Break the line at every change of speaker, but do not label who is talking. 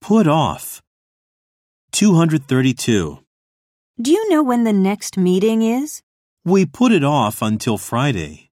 Put off. 232.
Do you know when the next meeting is?
We put it off until Friday.